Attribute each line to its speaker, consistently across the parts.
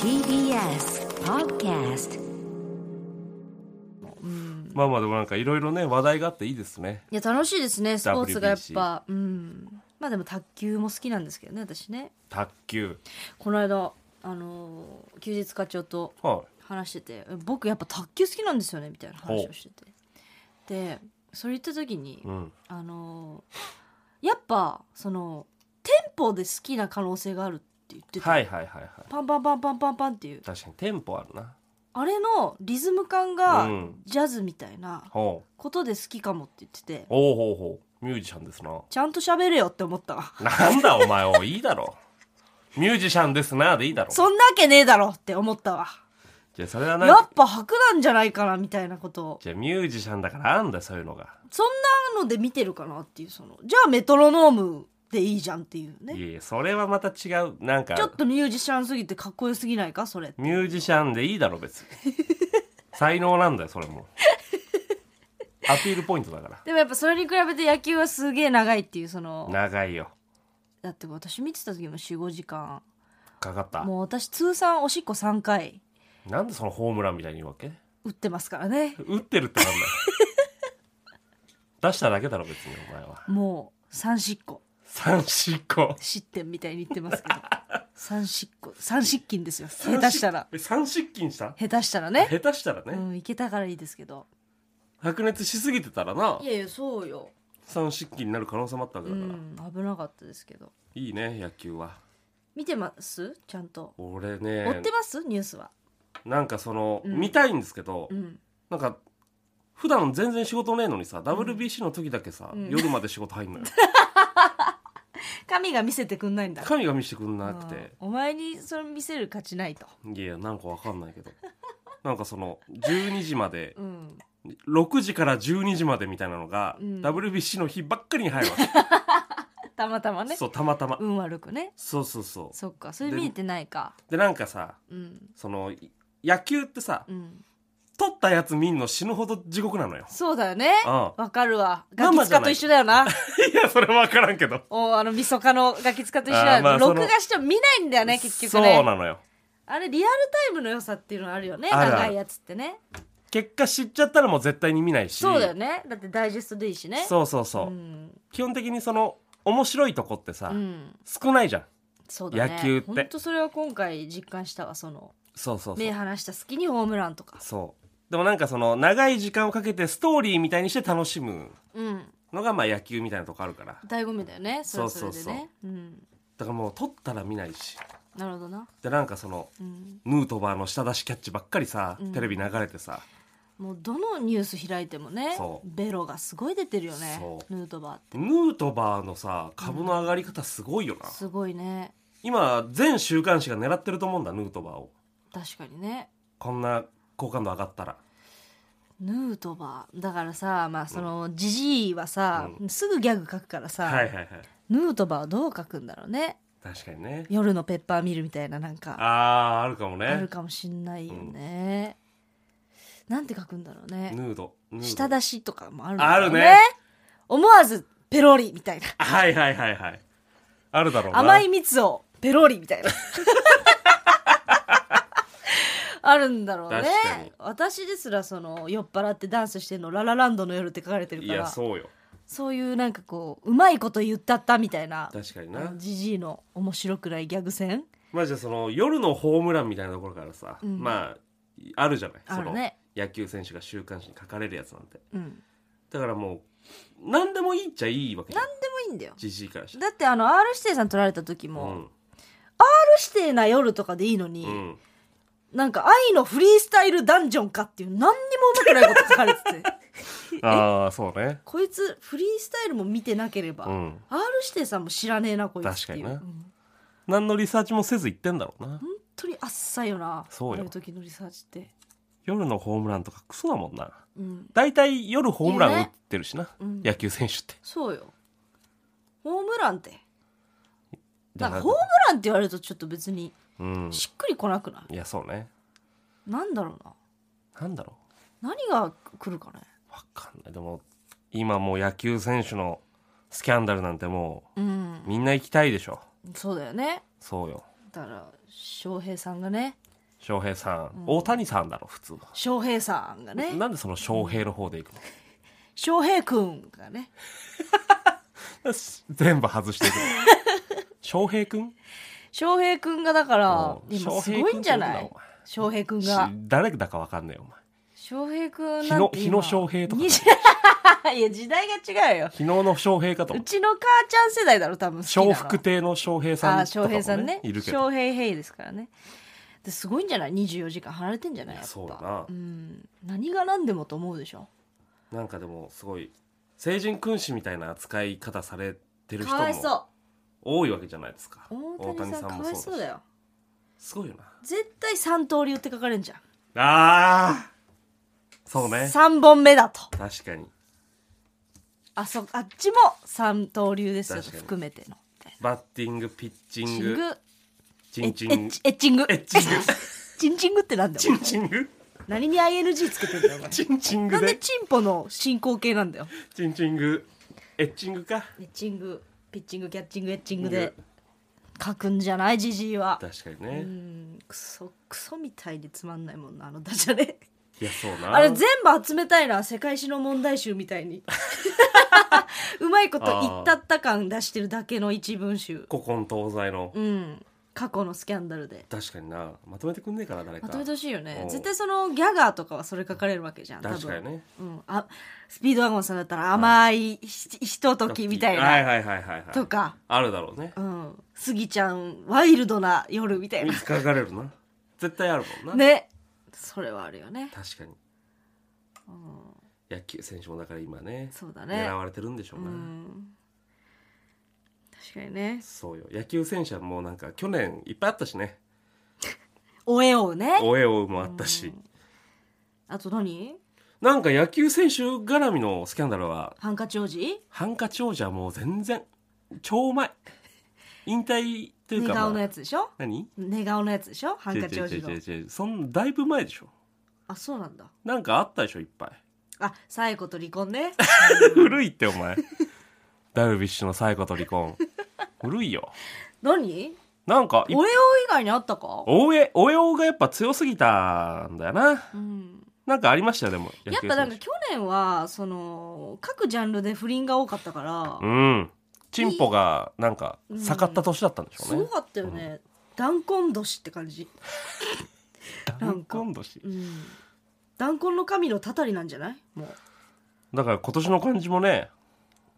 Speaker 1: TBS Podcast
Speaker 2: まあまあでもなんかいろいろね話題があっていいですね
Speaker 3: いや楽しいですねスポーツがやっぱ、うんまあでも卓球も好きなんですけどね私ね
Speaker 2: 卓球
Speaker 3: この間あのー休日課長と
Speaker 2: は
Speaker 3: 話してて「僕やっぱ卓球好きなんですよね」みたいな話をしててでそれ言った時に、
Speaker 2: いうん
Speaker 3: あのーやっぱそのテンポで好きな可能性があるって言ってて、
Speaker 2: はいはいはいはい
Speaker 3: パンパンパンパンパンパンっていう
Speaker 2: 確かにテンポあるな
Speaker 3: あれのリズム感が
Speaker 2: うん
Speaker 3: ジャズみたいな
Speaker 2: ほう
Speaker 3: ことで好きかもって言ってて、
Speaker 2: おうほうほうミュージシャンですな
Speaker 3: ちゃんと喋れよって思ったわ
Speaker 2: なんだお前おいいい だろミュージシャンですなでいいだろ
Speaker 3: そんなわけねえだろって思ったわ
Speaker 2: じゃあそれはなん
Speaker 3: や
Speaker 2: か
Speaker 3: っぱ白なんじゃないかなみたいなことを
Speaker 2: じゃあミュージシャンだからあんだそういうのが
Speaker 3: そんなので見てるかなっていうそのじゃあメトロノームでいいじゃんっていうね
Speaker 2: いやいやそれはまた違うなんか
Speaker 3: ちょっとミュージシャンすぎてかっこよすぎないかそれ
Speaker 2: ミュージシャンでいいだ ろ別に才能なんだよそれもアピールポイントだから
Speaker 3: でもやっぱそれに比べて野球はすげえ長いっていうその
Speaker 2: 長いよ
Speaker 3: だって私見てた時も45時間
Speaker 2: かかった
Speaker 3: もう私通算おしっこ3回
Speaker 2: なんでそのホームランみたいに言うわけ
Speaker 3: 打ってますからね
Speaker 2: 打ってるってなんだよ 出しただけだろ別にお前は
Speaker 3: もう三しっこ
Speaker 2: 三四個
Speaker 3: 失点みたいに言ってますけ ど三しっこ三失禁ですよ下手したら
Speaker 2: え三失禁した
Speaker 3: 下手したらね
Speaker 2: 下手したら
Speaker 3: う
Speaker 2: ね
Speaker 3: んいけたからいいですけど
Speaker 2: 白熱しすぎてたらない
Speaker 3: やいやそうよ
Speaker 2: 三失禁になる可能性もあったわけ
Speaker 3: う
Speaker 2: だから、
Speaker 3: ん危なかったですけど
Speaker 2: いいね野球は
Speaker 3: 見てますちゃんと
Speaker 2: 俺
Speaker 3: 追っ
Speaker 2: ね
Speaker 3: てますニュースは
Speaker 2: なんかその、
Speaker 3: うん
Speaker 2: 見たいんですけど、
Speaker 3: うん
Speaker 2: なんか普段全然仕事ねえのにさ、WBC の時だけさ、
Speaker 3: うん
Speaker 2: 夜まで仕事入ん のよ
Speaker 3: 神が見せてくんないんだ
Speaker 2: 神が見せてくんなく
Speaker 3: うん
Speaker 2: て
Speaker 3: お前にそれ見せる価値ないと
Speaker 2: いやいやなんかわかんないけどなんかその12時まで
Speaker 3: うん
Speaker 2: 6時から12時までみたいなのが、
Speaker 3: うん
Speaker 2: WBC の日ばっかりに入るわ
Speaker 3: たまたま
Speaker 2: け、
Speaker 3: ね
Speaker 2: そうたまたま、
Speaker 3: 運悪くね
Speaker 2: そうそうそう
Speaker 3: そっかそれ見えてないか
Speaker 2: でなんかさ
Speaker 3: うん
Speaker 2: そのい野球ってさ、
Speaker 3: うん
Speaker 2: 取ったやつ見んの死ぬほど地獄なのよ、
Speaker 3: そうだよね
Speaker 2: う
Speaker 3: わかるわガキ
Speaker 2: 生
Speaker 3: ツ
Speaker 2: じゃ
Speaker 3: カ
Speaker 2: な
Speaker 3: と
Speaker 2: い
Speaker 3: 一緒だよな
Speaker 2: ん、 いやそれは分からんけど
Speaker 3: おあのみそかのガキツカと一緒だ
Speaker 2: あー
Speaker 3: よ、
Speaker 2: まあその
Speaker 3: 録画しても見ないんだよね結局
Speaker 2: そう
Speaker 3: ね
Speaker 2: なのよ
Speaker 3: あれリアルタイムの良さっていうのあるよね
Speaker 2: あるある
Speaker 3: 長いやつってね
Speaker 2: 結果知っちゃったらもう絶対に見ないし
Speaker 3: そうだよねだってダイジェストでいいしね
Speaker 2: そうそうそう、
Speaker 3: ん
Speaker 2: 基本的にその面白いとこってさ、
Speaker 3: うん
Speaker 2: 少ないじゃん
Speaker 3: そうだね
Speaker 2: 野球って
Speaker 3: 本当それは今回実感したわその
Speaker 2: そうそうそ
Speaker 3: 目
Speaker 2: う
Speaker 3: 離した隙にホームランとか
Speaker 2: そうでもなんかその長い時間をかけてストーリーみたいにして楽しむ
Speaker 3: うん
Speaker 2: のがまあ野球みたいなとこあるから
Speaker 3: 醍醐味だよねそれはそれでね
Speaker 2: そうそう
Speaker 3: うん
Speaker 2: だからもう取ったら見ないし
Speaker 3: なるほどな、
Speaker 2: でなんかその
Speaker 3: うん、
Speaker 2: ヌートバーの下出しキャッチばっかりさ、
Speaker 3: うん
Speaker 2: テレビ流れてさ
Speaker 3: もうどのニュース開いてもね
Speaker 2: そう
Speaker 3: ベロがすごい出てるよね
Speaker 2: そう
Speaker 3: ヌートバーって
Speaker 2: ヌートバーのさ株の上がり方すごいよな、
Speaker 3: すごいね
Speaker 2: 今全週刊誌が狙ってると思うんだヌートバーを
Speaker 3: 確かにね
Speaker 2: こんな好感度上がったら
Speaker 3: ヌートバーだからさまあそのジジイはさ、すぐギャグ書くからさ、
Speaker 2: はいはいはい
Speaker 3: ヌートバーはどう書くんだろうね
Speaker 2: 確かにね
Speaker 3: 夜のペッパーミルみたいななんか
Speaker 2: あーあるかも
Speaker 3: ある
Speaker 2: ね
Speaker 3: かもしんないよね、なんて書くんだろうね
Speaker 2: ヌードヌード
Speaker 3: 下出しとかもあるの
Speaker 2: あ
Speaker 3: か
Speaker 2: る
Speaker 3: も
Speaker 2: ね
Speaker 3: 思わずペロリみたいな
Speaker 2: はいはいはいはいあるだろうな
Speaker 3: 甘い蜜をペロリみ たいなあるんだろうね
Speaker 2: 確かに
Speaker 3: 私ですらその酔っ払ってダンスしてんの「ララランドの夜」って書かれてる
Speaker 2: い
Speaker 3: か
Speaker 2: や
Speaker 3: らそう
Speaker 2: そうよ
Speaker 3: いうなんかこううまいこと言ったったみたいな
Speaker 2: 確かにな
Speaker 3: ジジイの面白くないギャグ戦
Speaker 2: まあじゃあその夜のホームランみたいなところからさ、
Speaker 3: うん
Speaker 2: まああるじゃない
Speaker 3: あるね
Speaker 2: その野球選手が週刊誌に書かれるやつなんて
Speaker 3: うん
Speaker 2: だからもう何でもいいっちゃいいわけじゃん
Speaker 3: でもいいんだよ
Speaker 2: じじいからして
Speaker 3: だってあの R 指定さん取られた時
Speaker 2: う
Speaker 3: も、
Speaker 2: ん、
Speaker 3: R 指定な夜とかでいいのに、
Speaker 2: うん、
Speaker 3: なんか愛のフリースタイルダンジョンかっていう何にもうまくないこと書かれてて
Speaker 2: ああそうね
Speaker 3: こいつフリースタイルも見てなければ、
Speaker 2: うん
Speaker 3: R 指定さんも知らねえなこいつっていう
Speaker 2: 確かにな
Speaker 3: うん本
Speaker 2: 何のリサーチもせず言ってんだろうな
Speaker 3: 当にあっさいよな
Speaker 2: そうよ
Speaker 3: ああいう時のリサーチって
Speaker 2: 夜のホームランとかクソだもんな
Speaker 3: うん
Speaker 2: 大体夜ホームラン打ってるしな、
Speaker 3: うん
Speaker 2: 野球選手って
Speaker 3: そうよホームランってな
Speaker 2: だ
Speaker 3: ん
Speaker 2: か
Speaker 3: からホームランって言われるとちょっと別に
Speaker 2: うん
Speaker 3: しっくりこなくない、
Speaker 2: いやそうね
Speaker 3: なんだろうな
Speaker 2: なんだろ
Speaker 3: 何が来るかね
Speaker 2: うわかんないでも今もう野球選手のスキャンダルなんても
Speaker 3: うん
Speaker 2: うみんな行きたいでしょ
Speaker 3: そうだよね
Speaker 2: そうよ
Speaker 3: だから翔平さんがね
Speaker 2: 翔平さん、大谷さんだろ普通は
Speaker 3: 翔平さんがね
Speaker 2: なんでその翔平の方でいくの
Speaker 3: 翔平くんがね
Speaker 2: 全部外していくの 翔平くん
Speaker 3: 翔平くんがだから
Speaker 2: うん
Speaker 3: 今すごいんじゃない翔平くんが
Speaker 2: し誰だかわかんないよお前
Speaker 3: 翔平くん
Speaker 2: 日
Speaker 3: な
Speaker 2: 野
Speaker 3: んて
Speaker 2: 日
Speaker 3: 今
Speaker 2: 野翔平とか
Speaker 3: に いや時代が違うよ
Speaker 2: 日野の翔平かと
Speaker 3: う
Speaker 2: 思う
Speaker 3: ちの母ちゃん世代だろ多分好きなの
Speaker 2: 笑福亭の翔平さ
Speaker 3: あー
Speaker 2: んとか
Speaker 3: 翔
Speaker 2: も、ね、
Speaker 3: 平さんね
Speaker 2: いるけど
Speaker 3: 翔平平ですからねですごいんじゃない24時間離れてんじゃないやっぱ、
Speaker 2: そうだなん
Speaker 3: 何が何でもと思うでしょ
Speaker 2: なんかでもすごい成人君子みたいな扱い方されてる人
Speaker 3: かわい
Speaker 2: も
Speaker 3: そ
Speaker 2: 多いわけじゃないですか
Speaker 3: う大谷さんかわいそうだ
Speaker 2: よ
Speaker 3: よ
Speaker 2: すごいよな
Speaker 3: 絶対三刀流って書かれるじゃん
Speaker 2: あーそうね
Speaker 3: 3本目だと
Speaker 2: 確かに
Speaker 3: あそあっちも三刀流ですよ
Speaker 2: 確かに
Speaker 3: 含めての
Speaker 2: バッティングピッチ
Speaker 3: チ
Speaker 2: ン
Speaker 3: ン
Speaker 2: グ
Speaker 3: グ
Speaker 2: チ
Speaker 3: エ
Speaker 2: ン
Speaker 3: ッ
Speaker 2: チ
Speaker 3: エ
Speaker 2: ン
Speaker 3: ッチエッチング
Speaker 2: エッチング
Speaker 3: チンチングってなんだ
Speaker 2: チ
Speaker 3: よ
Speaker 2: ンチング
Speaker 3: 何に ING つけてんだよお前
Speaker 2: チンチン
Speaker 3: な
Speaker 2: グ
Speaker 3: んで
Speaker 2: で
Speaker 3: チンポの進行形なんだよ
Speaker 2: チンチングエッチングか
Speaker 3: エッチングピッチングキャッチングエッチングで書くんじゃないジジイは
Speaker 2: 確かに
Speaker 3: う
Speaker 2: ね
Speaker 3: んクソクソみたいでつまんないもんなあのダジャレ
Speaker 2: いやそうな
Speaker 3: あれ全部集めたいな世界史の問題集みたい にうまいこと言ったった感出してるだけの一文集
Speaker 2: 古今東西の
Speaker 3: うん過去のスキャンダルで
Speaker 2: 確かになまとめてくんねえかな誰か
Speaker 3: まとめてほしいよね
Speaker 2: おう
Speaker 3: 絶対そのギャガーとかはそれ書かれるわけじゃん多分
Speaker 2: 確かにね
Speaker 3: うん、あスピードワゴンさんだったら甘いひひとときみたい
Speaker 2: は
Speaker 3: ない
Speaker 2: はいはいはいはい
Speaker 3: とか、
Speaker 2: あるだろう ね
Speaker 3: うん、スギちゃんワイルドな夜みたい
Speaker 2: 見
Speaker 3: な
Speaker 2: つかがれるな絶対あるもんな
Speaker 3: ねそれはあるよね
Speaker 2: 確かに野球選手もだから今ね
Speaker 3: そうだね
Speaker 2: 狙われてるんでしょう
Speaker 3: う
Speaker 2: なん
Speaker 3: 確かにね
Speaker 2: そうよ野球選手はもうなんか去年いっぱいあったしね
Speaker 3: おえおうね
Speaker 2: おえおうもあったし
Speaker 3: あと何
Speaker 2: なんか野球選手絡みのスキャンダルは
Speaker 3: ハンカチ王子
Speaker 2: ハンカチ王子はもう全然 超前引退という
Speaker 3: 寝
Speaker 2: か、
Speaker 3: 顔の
Speaker 2: まあ
Speaker 3: やつでしょ
Speaker 2: 何
Speaker 3: 寝顔のやつでしょハンカチ王子
Speaker 2: 違う違
Speaker 3: の
Speaker 2: う違う違うそんだいぶ前でしょ
Speaker 3: あそうなんだ
Speaker 2: なんかあったでしょいっぱい
Speaker 3: あサエコと離婚 ね
Speaker 2: 古いって お前ダルビッシュの最後と離婚古いよ
Speaker 3: 何
Speaker 2: なんか
Speaker 3: おえ
Speaker 2: い
Speaker 3: おう以外にあったか
Speaker 2: おえおえおがやっぱ強すぎたんだよな
Speaker 3: うん
Speaker 2: なんかありましたよでも
Speaker 3: やっぱなんか
Speaker 2: 野球選
Speaker 3: 去年はその各ジャンルで不倫が多かったから
Speaker 2: 手うんチンポがなんか盛った年だったんでし
Speaker 3: す
Speaker 2: ょうね
Speaker 3: ごかったよね弾婚年って感じ
Speaker 2: 弾婚年
Speaker 3: うん弾婚の神のたたりなんじゃないもう
Speaker 2: だから今年の感じもね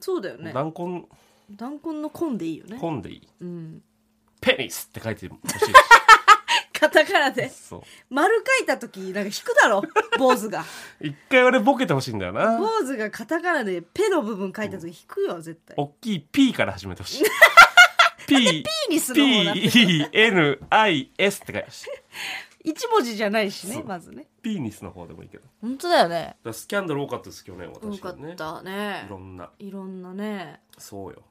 Speaker 3: そうだよね
Speaker 2: 弾婚
Speaker 3: 弾痕の婚でいいよね
Speaker 2: 婚でいい
Speaker 3: うん
Speaker 2: ペニスって書いてほしい
Speaker 3: カタカナで
Speaker 2: ですそう
Speaker 3: 丸書いた時なんか引く だろ坊主が
Speaker 2: 一回俺ボケてほしいんだよな
Speaker 3: 坊主がカタカナでペの部分書いた時引くよ絶対
Speaker 2: 大きい P から始めてほし い P
Speaker 3: ピーニスの方なんて
Speaker 2: P N I S って書いてほしい
Speaker 3: 一文字じゃないしね
Speaker 2: そう
Speaker 3: まずね
Speaker 2: ピーニスの方でもいいけどだか
Speaker 3: 本当だよね
Speaker 2: らスキャンダル多かったです去年は
Speaker 3: よ
Speaker 2: 確
Speaker 3: か
Speaker 2: かにね
Speaker 3: ったね
Speaker 2: いろんない
Speaker 3: ろんなね
Speaker 2: そうよ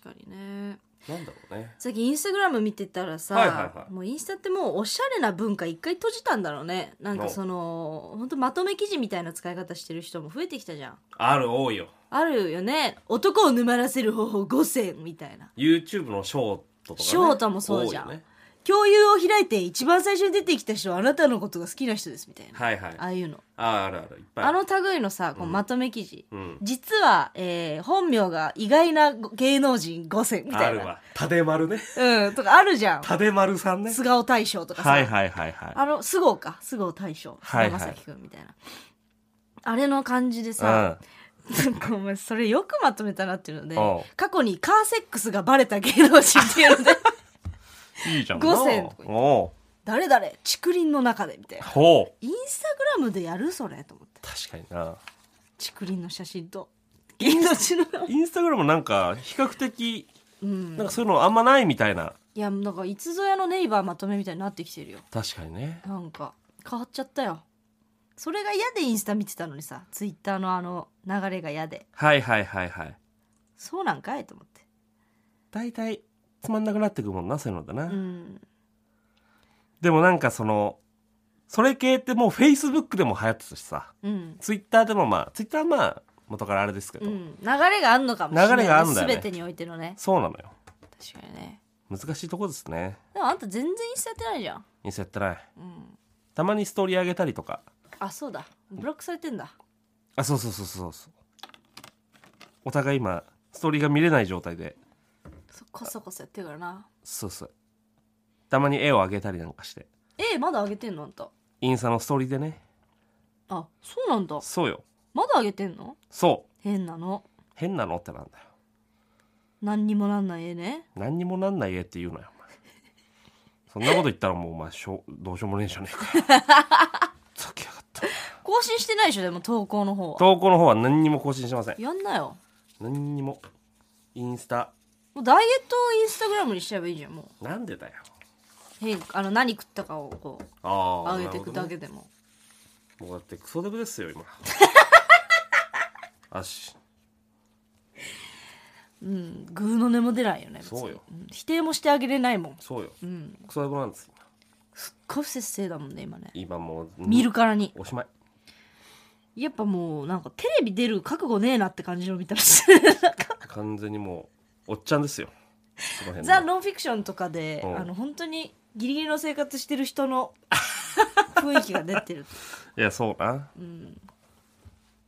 Speaker 3: 確かにね
Speaker 2: なんだろうね
Speaker 3: 最近インスタグラム見てたらさ、
Speaker 2: はいはいはい
Speaker 3: もうインスタってもうおしゃれな文化一回閉じたんだろうねなんかその本当まとめ記事みたいな使い方してる人も増えてきたじゃん
Speaker 2: ある多いよ
Speaker 3: あるよね男を沼らせる方法5選みたいな
Speaker 2: YouTube のショートとか、ね、
Speaker 3: ショートもそうじゃん
Speaker 2: 多いよね
Speaker 3: 共有を開いて一番最初に出てきた人はあなたのことが好きな人ですみたいな、
Speaker 2: はいはい
Speaker 3: ああいうの、
Speaker 2: ああるあるいっぱい
Speaker 3: あの類のさこうまとめ記事、
Speaker 2: うん
Speaker 3: 実は、えー本名が意外な芸能人5選みた
Speaker 2: あ
Speaker 3: い
Speaker 2: る
Speaker 3: な
Speaker 2: わタデマルね
Speaker 3: うんとかあるじゃん
Speaker 2: タデマルさんね
Speaker 3: 素顔大賞とかさ、
Speaker 2: はいはいはいは
Speaker 3: あの菅生か菅生大将
Speaker 2: は
Speaker 3: 菅
Speaker 2: いはい
Speaker 3: 田将暉君みたいな、あれの感じで
Speaker 2: い
Speaker 3: さ、なんかお前それよくまとめたなっていうので
Speaker 2: おう
Speaker 3: 過去にカーセックスがバレた芸能人っていうので
Speaker 2: うんいいじゃん
Speaker 3: 五千とか言って
Speaker 2: おう
Speaker 3: 誰誰竹林の中でみたいな
Speaker 2: ほう
Speaker 3: インスタグラムでやるそれと思って
Speaker 2: 確かにな
Speaker 3: 竹林の写真と芸能人の
Speaker 2: インスタグラムなんか比較的
Speaker 3: うん
Speaker 2: なんかそういうのあんまないみたいない
Speaker 3: やなんかいつぞやのネイバーまとめみたいになってきてるよ
Speaker 2: 確かにね
Speaker 3: なんか変わっちゃったよそれが嫌でインスタ見てたのにさツイッターのあの流れが嫌で
Speaker 2: はいはいはいはい
Speaker 3: そうなんかいと思って
Speaker 2: 大体つまんなくなってくもんなそういうのだな、
Speaker 3: うん
Speaker 2: でもなんかそのそれ系ってもうフェイスブックでも流行ってたしさ
Speaker 3: うん
Speaker 2: ツイッターでもまあツイッターはまあ元からあれですけど、
Speaker 3: うん、流れがあるのかもしれない、
Speaker 2: 流れがあるんだよね
Speaker 3: 全てにおいてのね
Speaker 2: そうなのよ
Speaker 3: 確かにね
Speaker 2: 難しいとこですね
Speaker 3: でもあんた全然インスタやってないじゃん
Speaker 2: インスタやってない、たまにストーリー上げたりとか
Speaker 3: あそうだブロックされてんだ
Speaker 2: あそうそうそうそうそうお互い今ストーリーが見れない状態で
Speaker 3: そこそこそやってるからな
Speaker 2: そうそうたまに絵を上げたりなんかして
Speaker 3: えまだ上げてんのあんた
Speaker 2: インスタのストーリーでね
Speaker 3: あそうなんだ
Speaker 2: そうよ
Speaker 3: まだ上げてんの
Speaker 2: そう
Speaker 3: 変なの
Speaker 2: 変なのってなんだよ
Speaker 3: 何にもなんない絵ね
Speaker 2: 何にもなんない絵って言うなよお前そんなこと言ったらもうお前しょうどうしようもねえじゃねえかよ ふざけやがった
Speaker 3: 更新してないでしょでも投稿の方は
Speaker 2: 投稿の方は何にも更新してません
Speaker 3: やんなよ
Speaker 2: 何にもインスタ
Speaker 3: もうダイエットをインスタグラムにしちゃえばいいじゃんも
Speaker 2: なんでだよ
Speaker 3: うへいあの何食ったかをこう
Speaker 2: ああ
Speaker 3: 上げていくだけでも、
Speaker 2: もうだってクソデブですよ 今足
Speaker 3: うんグーの根も出ないよね別に
Speaker 2: そうよ
Speaker 3: ん否定もしてあげれないもん
Speaker 2: そうよ、
Speaker 3: うん
Speaker 2: クソデブなんです
Speaker 3: すっごい不節制だもんね今ね
Speaker 2: 今今もう
Speaker 3: 見るからに
Speaker 2: おしまい
Speaker 3: やっぱもうなんかテレビ出る覚悟ねえなって感じの見たら
Speaker 2: 完全にもうおっちゃんですよその辺の
Speaker 3: ザ・ノンフィクションとかで、
Speaker 2: うん
Speaker 3: あの本当にギリギリの生活してる人 の雰囲気が出てる、
Speaker 2: いやそうな
Speaker 3: うん、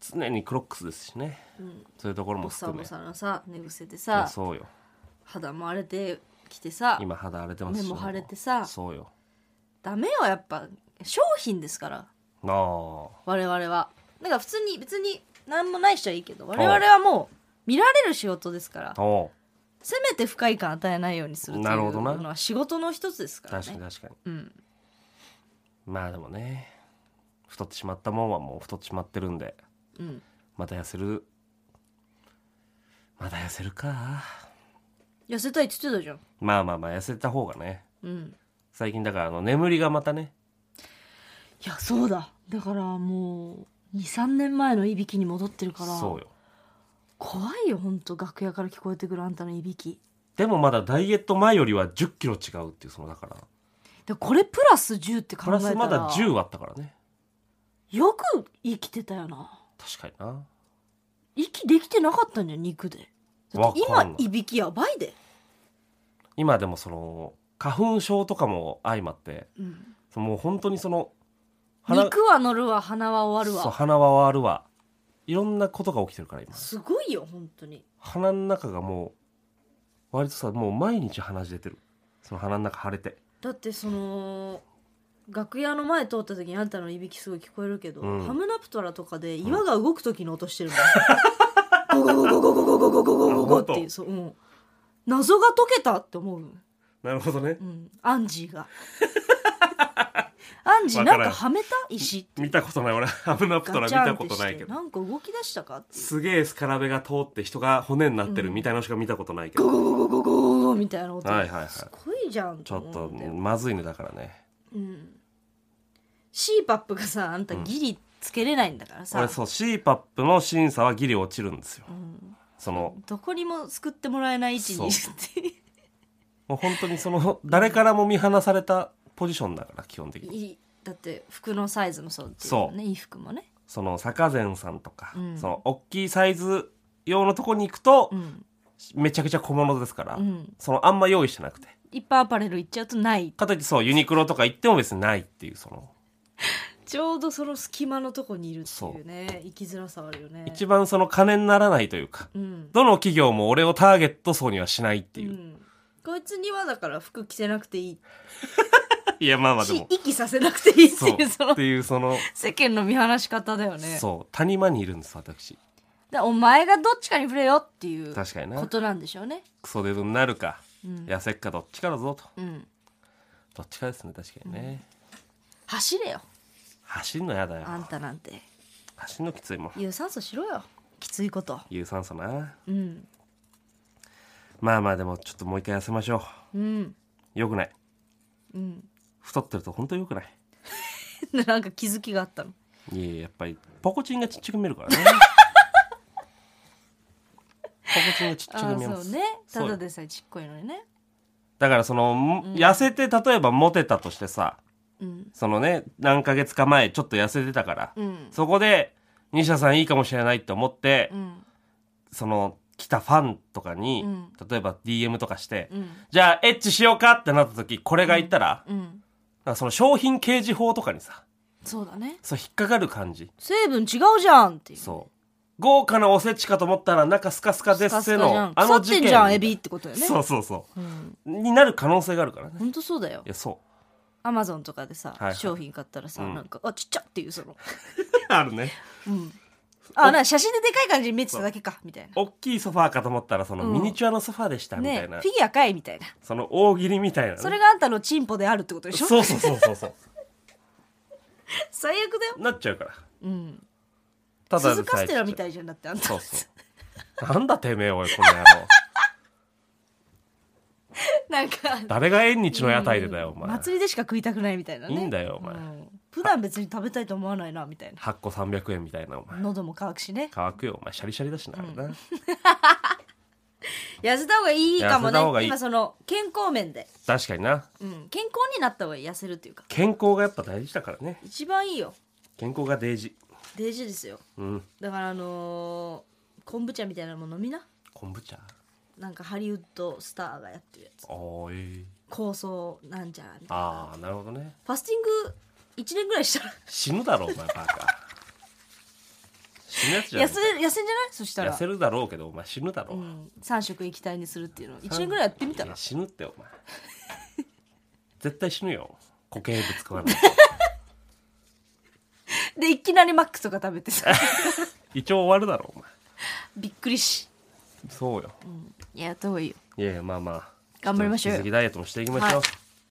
Speaker 2: 常にクロックスですしね、
Speaker 3: ん
Speaker 2: そういうところも
Speaker 3: ボサ
Speaker 2: 含め
Speaker 3: ボサのさ寝癖で
Speaker 2: いや
Speaker 3: さ
Speaker 2: そうよ
Speaker 3: 肌も荒れてきてさ
Speaker 2: 今肌荒れてますし
Speaker 3: 目も腫れてさ
Speaker 2: そうよ
Speaker 3: ダメよやっぱ商品ですから
Speaker 2: なあ
Speaker 3: 我々はなんか普通に別に何もない人はいいけど我々はもう見られる仕事ですから
Speaker 2: おう
Speaker 3: せめて不快感与えないようにするってい
Speaker 2: な
Speaker 3: う
Speaker 2: るほどな
Speaker 3: のは仕事の一つですから
Speaker 2: 確かに
Speaker 3: ね
Speaker 2: 確かに
Speaker 3: うん
Speaker 2: まあでもね太ってしまったもんはもう太ってしまってるんで
Speaker 3: うん
Speaker 2: また痩せるまた痩せるか
Speaker 3: 痩せたいって言ってたじゃん
Speaker 2: まあまあまあ痩せた方がね
Speaker 3: うん
Speaker 2: 最近だからあの眠りがまたね
Speaker 3: いやそうだだからもう23年前のいびきに戻ってるから
Speaker 2: そうよ
Speaker 3: 怖いよほんと楽屋から聞こえてくるあんたのいびき
Speaker 2: でもまだダイエット前よりは1 0キロ違うっていうそのだから
Speaker 3: でこれプラス10って考
Speaker 2: プ
Speaker 3: え
Speaker 2: ラ
Speaker 3: た
Speaker 2: ス
Speaker 3: ら
Speaker 2: まだ10あったからね
Speaker 3: よく生きてたよな
Speaker 2: 確かにな
Speaker 3: 息できてなかったんじゃん肉でだって
Speaker 2: わかん
Speaker 3: 今
Speaker 2: ない
Speaker 3: いびきやばいで、
Speaker 2: 今でもその花粉症とかも相まって
Speaker 3: うん、
Speaker 2: そのもう本当にその
Speaker 3: 肉は乗るわ鼻は終わる
Speaker 2: そう
Speaker 3: わ
Speaker 2: 鼻は割るわいろんなことが起きてるから今
Speaker 3: すごいよ本当に
Speaker 2: 鼻の中がもう割とさもう毎日鼻血出てるその鼻の中腫れて
Speaker 3: だってその楽屋の前通った時にあんたのいびきすごい聞こえるけど、
Speaker 2: うん
Speaker 3: ハムナプトラとかで岩が動く時の音してるもん、ゴゴゴゴゴゴゴゴゴゴゴゴゴっていうそう、うん、謎が解けたって思う、
Speaker 2: なるほどね
Speaker 3: うん、アンジーがアンジー
Speaker 2: わか
Speaker 3: な
Speaker 2: ら
Speaker 3: ん
Speaker 2: ん
Speaker 3: かはめた石
Speaker 2: 見たことない俺ハムナプトラ
Speaker 3: ガ
Speaker 2: 見
Speaker 3: チャ
Speaker 2: た
Speaker 3: ンっ
Speaker 2: こ
Speaker 3: て
Speaker 2: と
Speaker 3: し
Speaker 2: ない
Speaker 3: て
Speaker 2: けど
Speaker 3: なんか動き出したかっていう
Speaker 2: すげえスカラベが通って人が骨になってるみたいなのしか見たことないけど、
Speaker 3: ゴゴゴゴみたいな音、
Speaker 2: はいはいはい
Speaker 3: すごいじゃん
Speaker 2: ちょっと
Speaker 3: 思うんだよ
Speaker 2: まずいねだからね
Speaker 3: うん CPAP がさあんたギリつけれないんだからさ、
Speaker 2: 俺そう CPAP の審査はギリ落ちるんですよ、その
Speaker 3: どこにも救ってもらえない位置にいるっていう
Speaker 2: もう本当にその誰からも見放されたポジションだから基本的 に
Speaker 3: いいだって服のサイズもそうっていうもんねいい服もね
Speaker 2: その坂前さんとか、
Speaker 3: うん
Speaker 2: その大きいサイズ用のとこに行くと、
Speaker 3: うん
Speaker 2: めちゃくちゃ小物ですから、
Speaker 3: うん
Speaker 2: そのあんま用意してなくて
Speaker 3: 一般アパレル行っちゃうとない
Speaker 2: かといってそうユニクロとか行っても別にないっていうその
Speaker 3: ちょうどその隙間のとこにいるっていうね生きづらさはあるよね
Speaker 2: 一番その金にならないというか
Speaker 3: うん、
Speaker 2: どの企業も俺をターゲット層にはしないって
Speaker 3: う
Speaker 2: いう、
Speaker 3: ん、こいつにはだから服着せなくていい
Speaker 2: いやまあまあで
Speaker 3: し
Speaker 2: も
Speaker 3: 息させなくていいって
Speaker 2: そう
Speaker 3: いうその
Speaker 2: っていうその
Speaker 3: 世間の見放し方だよね
Speaker 2: そう谷間にいるんです私
Speaker 3: だからお前がどっちかに触れよっていう
Speaker 2: 確かに
Speaker 3: こ
Speaker 2: な
Speaker 3: となんでしょうね
Speaker 2: クソデブになるか、
Speaker 3: うん
Speaker 2: 痩せっかどっちかだぞと
Speaker 3: うん
Speaker 2: どっちかですね確かにね、
Speaker 3: 走れよ
Speaker 2: 走んのやだよ
Speaker 3: あんたなんて
Speaker 2: 走んのきついもん
Speaker 3: 有酸素しろよきついこと
Speaker 2: 有酸素な
Speaker 3: うん
Speaker 2: まあまあでもちょっともう一回痩せましょ
Speaker 3: うん
Speaker 2: うよくない
Speaker 3: うん
Speaker 2: 太ってると本当によくない
Speaker 3: なんか気づきがあったの
Speaker 2: いやいややっぱりポコチンがちっちゃく見え るからねポコチンがちっちゃ
Speaker 3: あ
Speaker 2: く見え
Speaker 3: ー
Speaker 2: ま
Speaker 3: そう
Speaker 2: す、
Speaker 3: ね
Speaker 2: そう
Speaker 3: た
Speaker 2: よ
Speaker 3: だでさえちっこいのにね
Speaker 2: だからその、も痩せて例えばモテたとしてさ
Speaker 3: うん
Speaker 2: そのね何ヶ月か前ちょっと痩せてたから、
Speaker 3: うん
Speaker 2: そこで西田さんいいかもしれないって思って、
Speaker 3: うん
Speaker 2: その来たファンとかに、
Speaker 3: うん
Speaker 2: 例えば DM とかして、
Speaker 3: うん
Speaker 2: じゃあエッチしようかってなった時これが言ったら,、
Speaker 3: うん
Speaker 2: その商品掲示法とかにさ
Speaker 3: そうだね
Speaker 2: そう引っかかる感じ
Speaker 3: 成分違うじゃんっていう
Speaker 2: そう豪華なおせちかと思ったら中スカスカで
Speaker 3: スカ
Speaker 2: す
Speaker 3: ス
Speaker 2: せ
Speaker 3: カじゃ
Speaker 2: の
Speaker 3: ん
Speaker 2: あ
Speaker 3: 腐
Speaker 2: の
Speaker 3: っ
Speaker 2: 事
Speaker 3: て
Speaker 2: 件
Speaker 3: んじゃんエビってことよね
Speaker 2: そうそうそ
Speaker 3: うん
Speaker 2: うになる可能性があるからね
Speaker 3: ほんとそうだよ
Speaker 2: いやそう
Speaker 3: アマゾンとかでさ、
Speaker 2: はいはい
Speaker 3: 商品買ったらさ、
Speaker 2: うん
Speaker 3: なんかあちっちゃっていうその
Speaker 2: あるね
Speaker 3: うんあなんか写真ででかい感じに見えてただけかみたいな
Speaker 2: 大きいソファーかと思ったらその
Speaker 3: うん
Speaker 2: ミニチュアのソファーでしたみた
Speaker 3: ね
Speaker 2: いな、
Speaker 3: フィギュアかいみたいな
Speaker 2: その大喜利みたいなね、
Speaker 3: それがあんたのチンポであるってことでしょ
Speaker 2: そうそうそうそうそう
Speaker 3: 最悪だよ
Speaker 2: なっちゃうから
Speaker 3: うん
Speaker 2: ただ
Speaker 3: 鈴カステラみた
Speaker 2: い
Speaker 3: いじゃんだってあんた
Speaker 2: そうそうなんだてめえおいこの野 郎
Speaker 3: なんか
Speaker 2: 誰が縁日の屋台でだよお前
Speaker 3: 祭りでしか食いたくないみたいなね
Speaker 2: いいんだよお前
Speaker 3: うん普段別に食べたいと思わないなみたいな
Speaker 2: 8個300円みたいなお前
Speaker 3: 喉も乾くしね
Speaker 2: 乾くよお前シャリシャリだしなあれな、
Speaker 3: 痩せた方がいいかも
Speaker 2: 痩せた方がい
Speaker 3: ね
Speaker 2: い
Speaker 3: 今その健康面で、
Speaker 2: 確かにな
Speaker 3: うん、健康になった方が痩せるっていうか
Speaker 2: 健康がやっぱ大事だからね
Speaker 3: 一番いいよ
Speaker 2: 健康が大事
Speaker 3: 大事ですよ
Speaker 2: うん
Speaker 3: だからあのー昆布茶みたいなのも飲みな
Speaker 2: 昆布茶
Speaker 3: なんかハリウッドスターがやってるやつ
Speaker 2: おーい
Speaker 3: 構想なんじゃらみたいな
Speaker 2: ああなるほどね
Speaker 3: ファスティング1年ぐらいしたら
Speaker 2: 死ぬだろお前バカ死ぬやつじ
Speaker 3: 痩
Speaker 2: ゃない
Speaker 3: せ痩せんじゃないそしたら
Speaker 2: 痩せるだろうけどお前死ぬだろ
Speaker 3: う
Speaker 2: う、
Speaker 3: ん、3食液体にするっていうの1年ぐらいやってみた
Speaker 2: い
Speaker 3: ら
Speaker 2: や死ぬってお前 絶対死ぬよ固形物 食わない
Speaker 3: でいきなりマックとか食べてさ
Speaker 2: 一応終わるだろお前
Speaker 3: びっくりし
Speaker 2: そうよ、
Speaker 3: いややった方がいいよ
Speaker 2: いやいやまあまあ
Speaker 3: 頑張りましょうよ
Speaker 2: 引き続きダイエットもしていきましょ
Speaker 3: は
Speaker 2: う、
Speaker 3: い